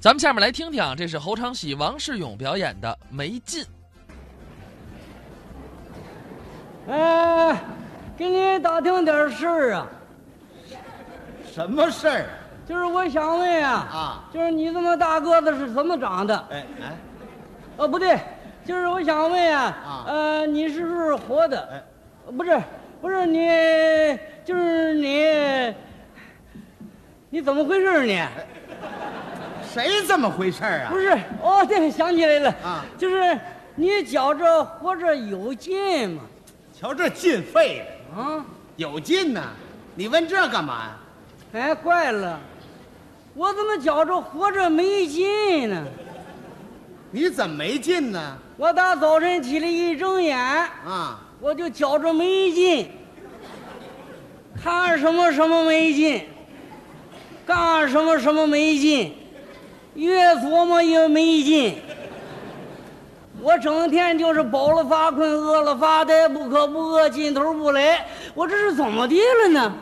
咱们下面来听听啊，这是侯昌喜、王世勇表演的《没劲》。哎，给你打听点事儿啊，什么事儿就是我想问啊，啊？就是你这么大个子是怎么长的？哎哎哦，不对，就是我想问啊，啊呃，你是不是活的？哎，不是，不是你，就是你，你怎么回事哎儿你？谁这么回事儿啊？不，是，哦，对，想起来了，啊就是你觉着活着有劲嘛？瞧这进肺的，啊，有劲呐！你问这干嘛呀？哎，怪了，我怎么觉着活着没劲呢？你怎么没劲呢？我大早晨起来一睁眼，啊，我就觉着没劲，看什么什么没劲，干什么什么没劲，越琢磨越没劲。我整天就是饱了发困，饿了发呆，不渴不饿，劲头不来。我这是怎么的了呢？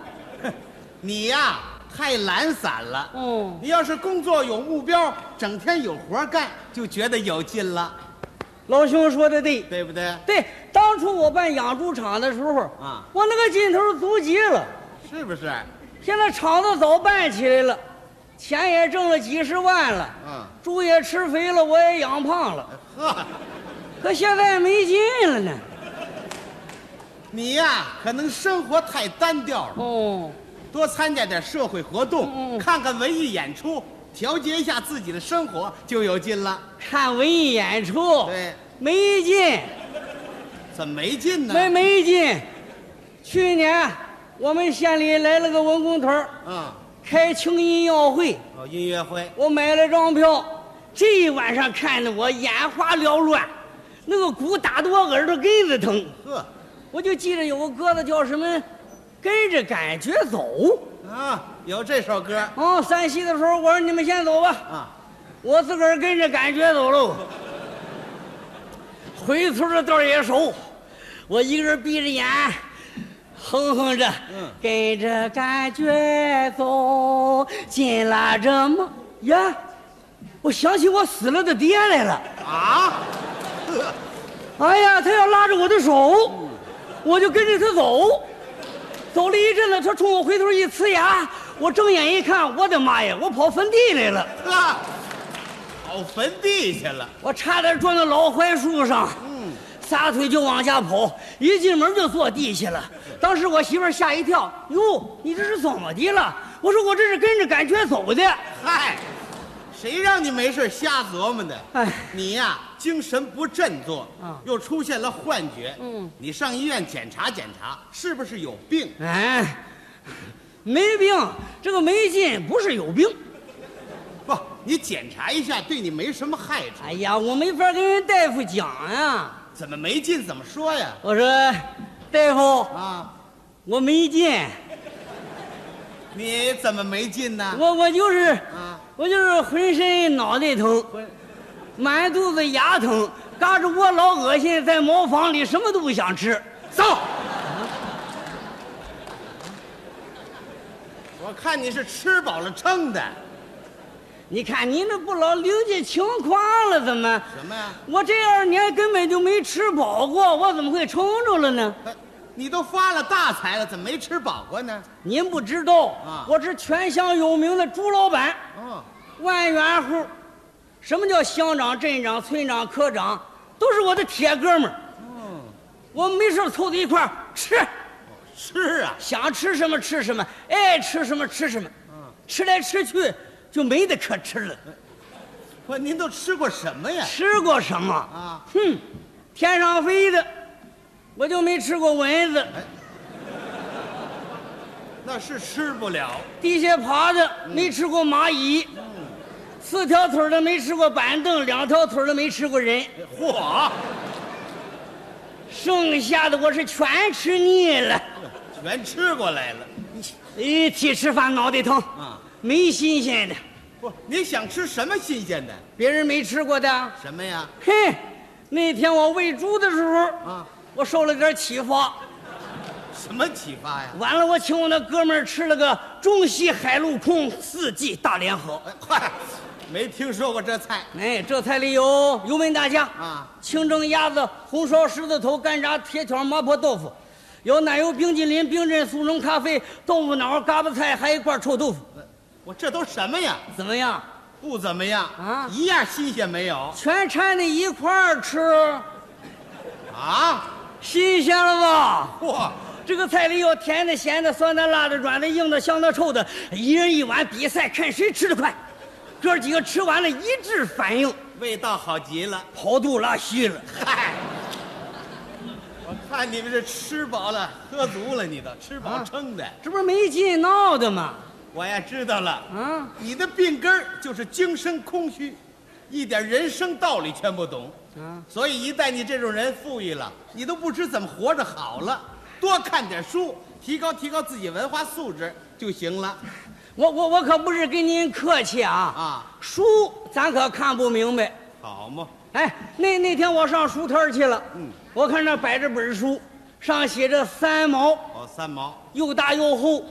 你呀、太懒散了。哦，你要是工作有目标，整天有活干，就觉得有劲了，老兄说的对，对不对？对，当初我办养猪场的时候啊我那个劲头足极了。是不是？现在厂子早办起来了，钱也挣了几十万了，嗯，猪也吃肥了，我也养胖了，呵，可现在没劲了呢。你呀、可能生活太单调了，哦，多参加点社会活嗯动，嗯看看文艺演出，调节一下自己的生活，就有劲了。看文艺演出，对，没劲，怎么没劲呢？没没劲。去年我们县里来了个文工团儿嗯，开轻音乐会，哦，音乐会，我买了张票，这一晚上看得我眼花缭乱，那个鼓打得我耳朵根子疼。呵，我就记着有个歌子叫什么，跟着感觉走。啊，有这首歌哦，散席的时候我说你们先走吧，啊，我自个儿跟着感觉走喽。回村的道儿也熟，我一个人闭着眼，哼哼着，嗯跟着感觉走，紧拉着梦呀，我想起我死了的爹来了。啊，哎呀，他要拉着我的手，嗯我就跟着他走。走了一阵子，他冲我回头一呲牙，我睁眼一看，我的妈呀，我跑坟地来了，呵，跑坟地去了，我差点撞到老槐树上，嗯，撒腿就往家跑，一进门就坐地下了。当时我媳妇儿吓一跳，哟，你这是怎么的了？我说我这是跟着感觉走的。嗨，谁让你没事瞎琢磨的？哎你呀、精神不振作，啊又出现了幻觉，嗯，你上医院检查检查，是不是有病？哎，没病，这个没劲，不是有病。不，你检查一下，对你没什么害处。哎呀，我没法跟人大夫讲呀、怎么没劲？怎么说呀？我说，大夫，啊，我没劲，你怎么没劲呢？我我就是，啊，我就是浑身脑袋疼，浑满肚子牙疼，嘎吱窝老恶心，在茅房里什么都不想吃。走。我看你是吃饱了撑的，你看你那不老了解情况了，怎么？什么呀？我这二年根本就没吃饱过，我怎么会撑着了呢？哎你都发了大财了，怎么没吃饱过呢？您不知道，啊我是全乡有名的朱老板，哦，万元户。什么叫乡长、镇长、村长、科长，都是我的铁哥们儿。嗯，我们没事儿凑在一块儿吃，是啊，想吃什么吃什么，爱吃什么吃什么，吃来吃去就没得可吃了。不，您都吃过什么呀？吃过什么？啊，哼，天上飞的，我就没吃过蚊子；哎那是吃不了。地下爬的嗯没吃过蚂蚁，四条腿儿的没吃过板凳，两条腿儿的没吃过人，嚯，剩下的我是全吃腻了。全吃过来了。一提吃饭脑袋疼，啊，没新鲜的，不，你想吃什么新鲜的？别人没吃过的。什么呀？嘿，那天我喂猪的时候，啊，我受了点启发。什么启发呀？完了，我嗯请我那哥们儿吃了个中西海陆空四季大联合。哎，快，没听说过这菜哎，这菜里有油焖大虾啊，清蒸鸭子、红烧狮子头、干炸铁条、麻婆豆腐，有奶油冰激凌、冰镇速溶咖啡、豆腐脑、嘎巴菜，还有一块臭豆腐。我这都什么呀？怎么样？不怎么样啊一样新鲜没有全掺在一块儿吃，啊！新鲜了吧？嚯，这个菜里有甜的、咸的、酸的、辣的、软的、硬的、香的、臭的，一人一碗，比赛看谁吃得快。哥几个吃完了一致反应，味道好极了。跑肚拉稀了。嗨，我看你们是吃饱了，喝足了，你都吃饱撑的。这不是没劲闹的吗？我也知道了，啊，你的病根儿就是精神空虚，一点人生道理全不懂。啊所以一旦你这种人富裕了，你都不知怎么活着好了。多看点书，提高提高自己文化素质就行了我我我可不是跟您客气啊啊，书咱可看不明白。好嘛？哎，那那天我上书摊儿去了，嗯我看那摆着本书，上写着三毛，哦，三毛，又大又厚，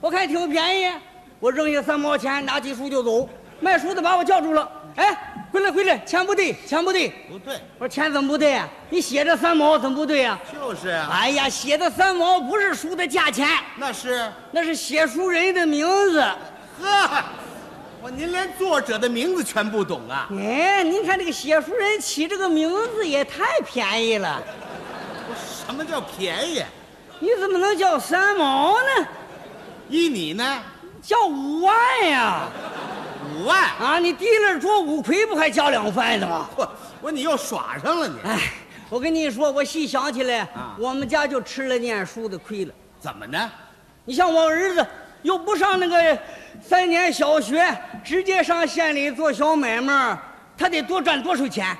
我看挺便宜，我扔下三毛钱，拿起书就走。卖书的把我叫住了，哎，回来回来，钱不对，钱不对。不对，我说钱怎么不对啊？你写着三毛怎么不对啊？就是啊，哎呀，写的三毛不是书的价钱，那是那是写书人的名字。呵，我您连作者的名字全不懂啊？哎，您看这个写书人起这个名字也太便宜了，什么叫便宜？你怎么能叫三毛呢？依你呢，叫五万呀！五万。啊，你提了捉五魁不还加两番呢吗？我我你又耍上了你？哎，我跟你说，我细想起来，啊我们家就吃了念书的亏了。怎么呢？你像我儿子，又不上那个三年小学，直接上县里做小买卖儿，他得多赚多少钱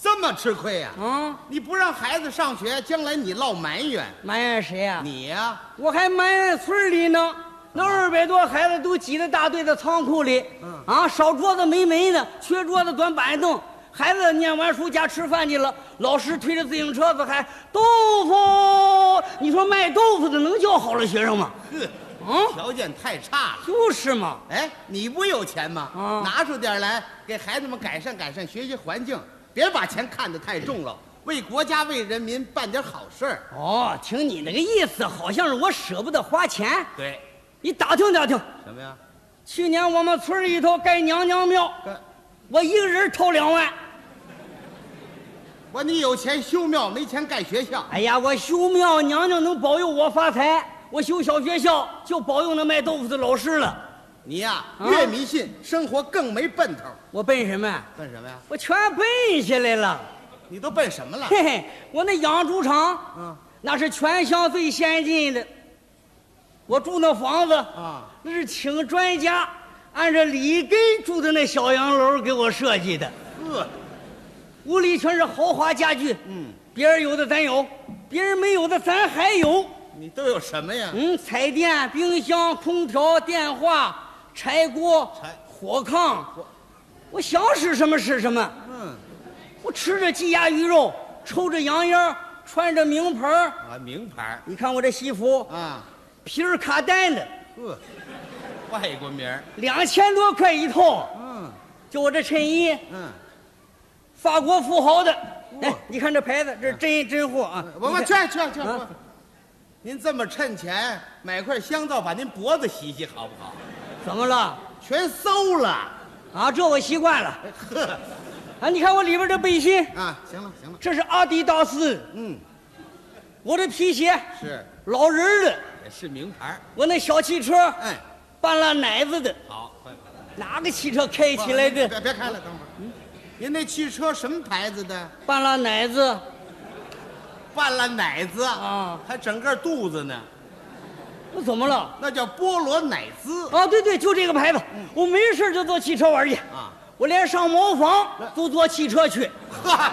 这么吃亏呀、啊？你不让孩子上学，将来你落埋怨。埋怨谁啊呀、你呀、我还埋怨村里呢，那二百多孩子都挤在大队的仓库里，啊，少桌子没门的，缺桌子短板凳。孩子念完书家吃饭去了，老师推着自行车子还豆腐，你说卖豆腐的能叫好了学生吗？呵，嗯，条件太差了。就是嘛。哎，你不有钱吗？啊拿出点来给孩子们改善改善学习环境，别把钱看得太重了，为国家为人民办点好事儿。哦，听你那个意思，好像是我舍不得花钱。对，你打听打听，什么呀？去年我们村里头盖娘娘庙，这我一个人掏两万。我你有钱修庙，没钱盖学校。哎呀，我修庙，娘娘能保佑我发财。我修小学校，就保佑那卖豆腐的老师了。你呀、啊越迷信，生活更没奔头。我奔什么呀？奔什么呀？我全奔下来了。你都奔什么了？嘿嘿，我那养猪场，嗯那是全乡最先进的。我住那房子，啊，那是请专家按照李根住的那小洋楼给我设计的，呵，屋里全是豪华家具。嗯，别人有的咱有，别人没有的咱还有。你都有什么呀？嗯，彩电、冰箱、空调、电话、柴锅、柴火炕火，我想使什么使什么。嗯，我吃着鸡鸭鱼肉，抽着洋烟儿，穿着名牌儿啊，名牌儿你看我这西服，啊，皮尔卡丹的，呵，呃外国名儿两千多块一套。嗯就我这衬衣，嗯，法国富豪的。哎，你看这牌子，这是哎真真货啊！我我你去看去去啊，您这么趁钱买块香皂把您脖子洗洗好不好？怎么了？全馊 了，啊，这我习惯了。呵，啊，你看我里边这背心，啊，行了行了，这是阿迪达斯；嗯，我的皮鞋，是老人儿的。也是名牌儿，我那小汽车哎，半拉奶子的，好，快嗯哪个汽车开起来的别别开了，等会儿，您那汽车什么牌子的？半拉奶子？半拉奶子啊，还整个肚子呢，那怎么了？那叫菠萝奶滋啊，对对，就这个牌子，我没事就坐汽车玩去， 啊。我连上茅那房都坐汽车去。哈，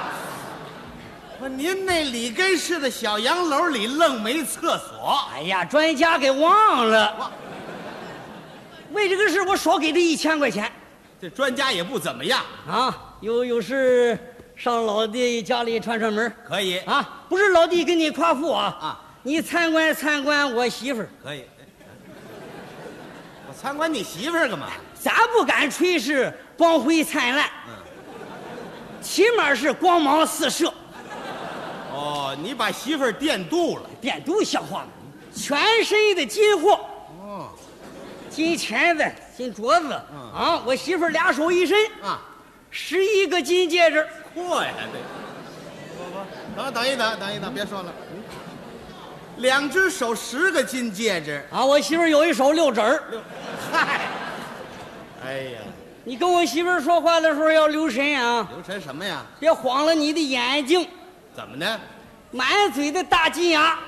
不，您那里根市的小洋楼里愣没厕所，哎呀，专家给忘忘了，为这个事我少给他一千块钱这专家也不怎么样。啊，有有事上老弟家里串串门儿可以，啊，不是老弟给你夸父啊啊，你参观参观我媳妇儿，可以。我参观你媳妇儿干嘛？咱不敢吹是光辉灿烂，起码是光芒四射。哦，你把媳妇儿电镀了。点都像话吗？全身的金货，哦金钳子、金镯子啊！我媳妇儿俩手一伸，啊，十一个金戒指。阔呀，这。不不，等等一等，等一等，别说了。嗯两只手十个金戒指，啊，我媳妇儿有一手六指儿。嗨，哎呀，你跟我媳妇儿说话的时候要留神啊，留神什么呀？别晃了你的眼睛，怎么呢？满嘴的大金牙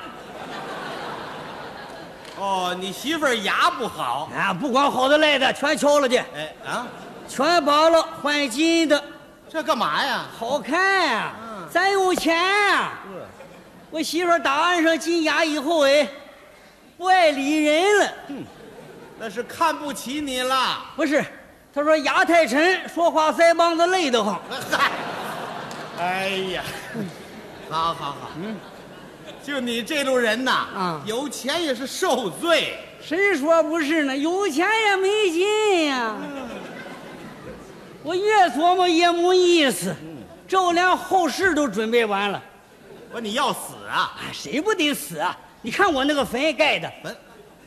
哦，你媳妇儿牙不好。啊！不管好的赖的全敲了去，哎啊，全拔了换新的，这干嘛呀？好看呀、咱有钱呀、我媳妇儿打安上金牙以后，哎，不爱理人了。那是看不起你了。不是，她说牙太沉，说话腮帮子累得慌。嗨， 哎呀，好好好，嗯，就你这路人呐，啊有钱也是受罪。谁说不是呢？有钱也没劲呀、我越琢磨越没意思，这我连后事都准备完了，我说你要死啊？啊，谁不得死啊？你看我那个坟盖的，坟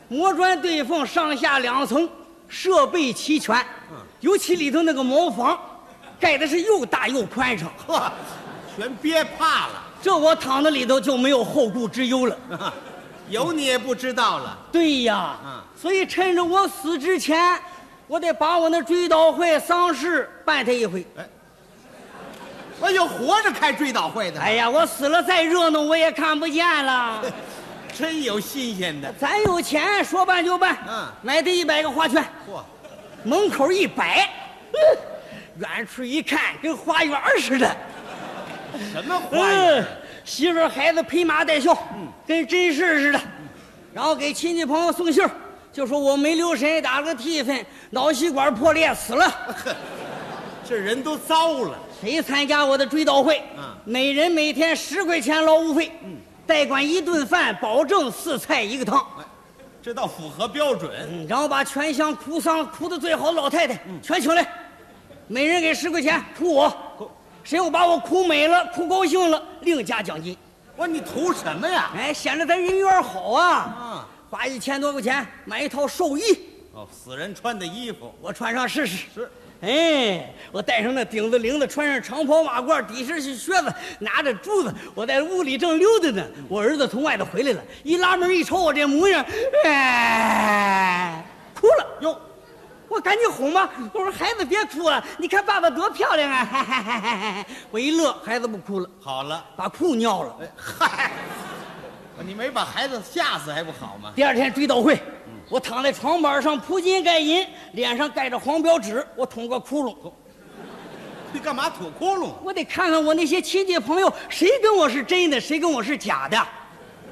磨砖对缝，上下两层，设备齐全，嗯尤其里头那个茅房，盖的是又大又宽敞，呵，全憋怕了， 这我躺在里头就没有后顾之忧了。有你也不知道了。对呀，嗯所以趁着我死之前，我得把我那追悼会、丧事办他一回。哎呦，活着开追悼会的，哎呀，我死了再热闹我也看不见 了。真有新鲜的。咱有钱，说办就办。嗯买他一百个花圈，嚯，门口一摆，嗯远处一看跟花园儿似的。什么啊花嗯园？，媳妇儿孩子披麻戴孝，跟真事儿似的。然后给亲戚朋友送信儿，就说我没留神打了个替分，脑血管破裂死了。这人都糟了。谁参加我的追悼会，嗯每人每天十块钱劳务费，代管一顿饭，保证四菜一个汤。哎这倒符合标准。嗯然后把全乡哭丧哭的最好的老太太、嗯全请来，每人给十块钱，哭我，哭谁要把我哭美了、哭高兴了，另加奖金。我说你图什么呀？哎，显得咱人缘好啊！啊，花一千多块钱买一套寿衣，哦，死人穿的衣服我穿上试试。是。哎，我戴上那顶子领子，穿上长袍马褂，底下是靴子，拿着珠子，我在屋里正溜达呢。我儿子从外头回来了，一拉门一瞅我这模样，哎，哭了。哟，我赶紧哄吧，我说孩子别哭啊，你看爸爸多漂亮啊！哈哈哈哈哈！我一乐，孩子不哭了，好了，把裤尿了。哎嗨，你没把孩子吓死还不好吗？第二天追悼会，我躺在床板上铺金盖银，脸上盖着黄标纸，我捅个窟窿。你干嘛吐窟窿？我得看看我那些亲戚朋友，谁跟我是真的，谁跟我是假的。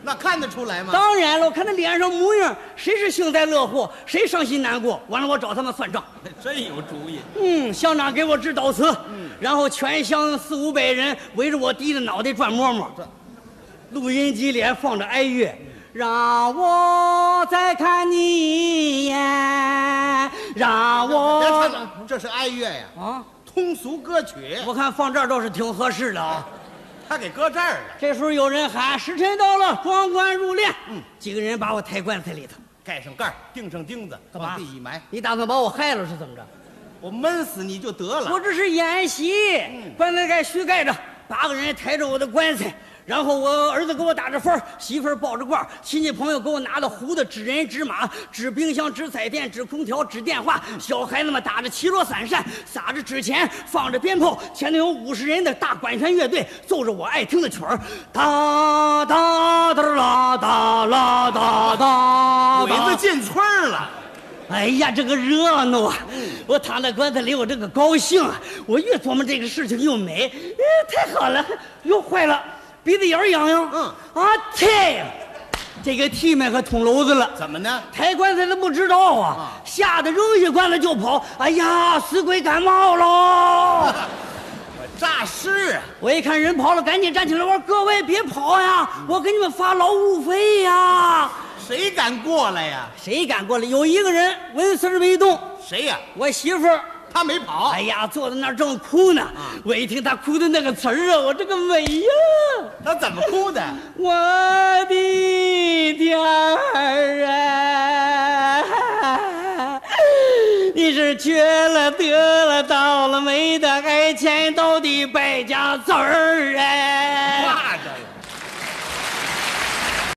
那看得出来吗？当然了，我看他脸上模样，谁是幸灾乐祸，谁伤心难过。完了，我找他们算账。真有主意。嗯，乡长给我致悼词，嗯然后全乡四五百人围着我低着脑袋转摸摸，录音机里还放着哀乐。让我再看你一眼，让别我唱了，这是哀乐呀，啊！通俗歌曲。我看放这儿倒是挺合适的啊。他给搁这儿了，这时候有人喊：“时辰到了，装棺入殓。”嗯几个人把我抬棺材里头，盖上盖儿，钉上钉子，干嘛往地一埋，你打算把我害了是怎么着？我闷死你就得我了。这是演习，棺材盖虚盖着，八个人抬着我的棺材，然后我儿子给我打着幡儿，媳妇儿抱着褂儿，亲戚朋友给我拿的胡子指人指马，指冰箱，指彩电，指空调，指电话，小孩子们打着绮罗伞扇，撒着纸钱，放着鞭炮，前头有五十人的大管弦乐队奏着我爱听的曲儿，哒哒哒啦哒啦哒哒，鬼子进村儿了，哎呀，这个热闹啊！我躺在棺材里，我这个高兴啊！我越琢磨这个事情又美，哎，太好了！又坏了，鼻子眼儿痒痒。嗯啊，天呀！这个屉门可捅娄子了。怎么呢？抬棺材的不知道啊，啊吓得扔下棺材就跑。哎呀，死鬼感冒喽！诈尸啊！ 我一看人跑了，赶紧站起来，我说各位别跑呀，我给你们发劳务费呀！谁敢过来呀？谁敢过来？有一个人纹丝儿没动，谁呀？我媳妇儿他没跑。哎呀，坐在那儿正哭呢，我一听他哭的那个词儿啊，我这个美呀！他怎么哭的？我的天儿啊！你是缺了得了到了没得，哎，钱到底败家子儿哎！挂着了。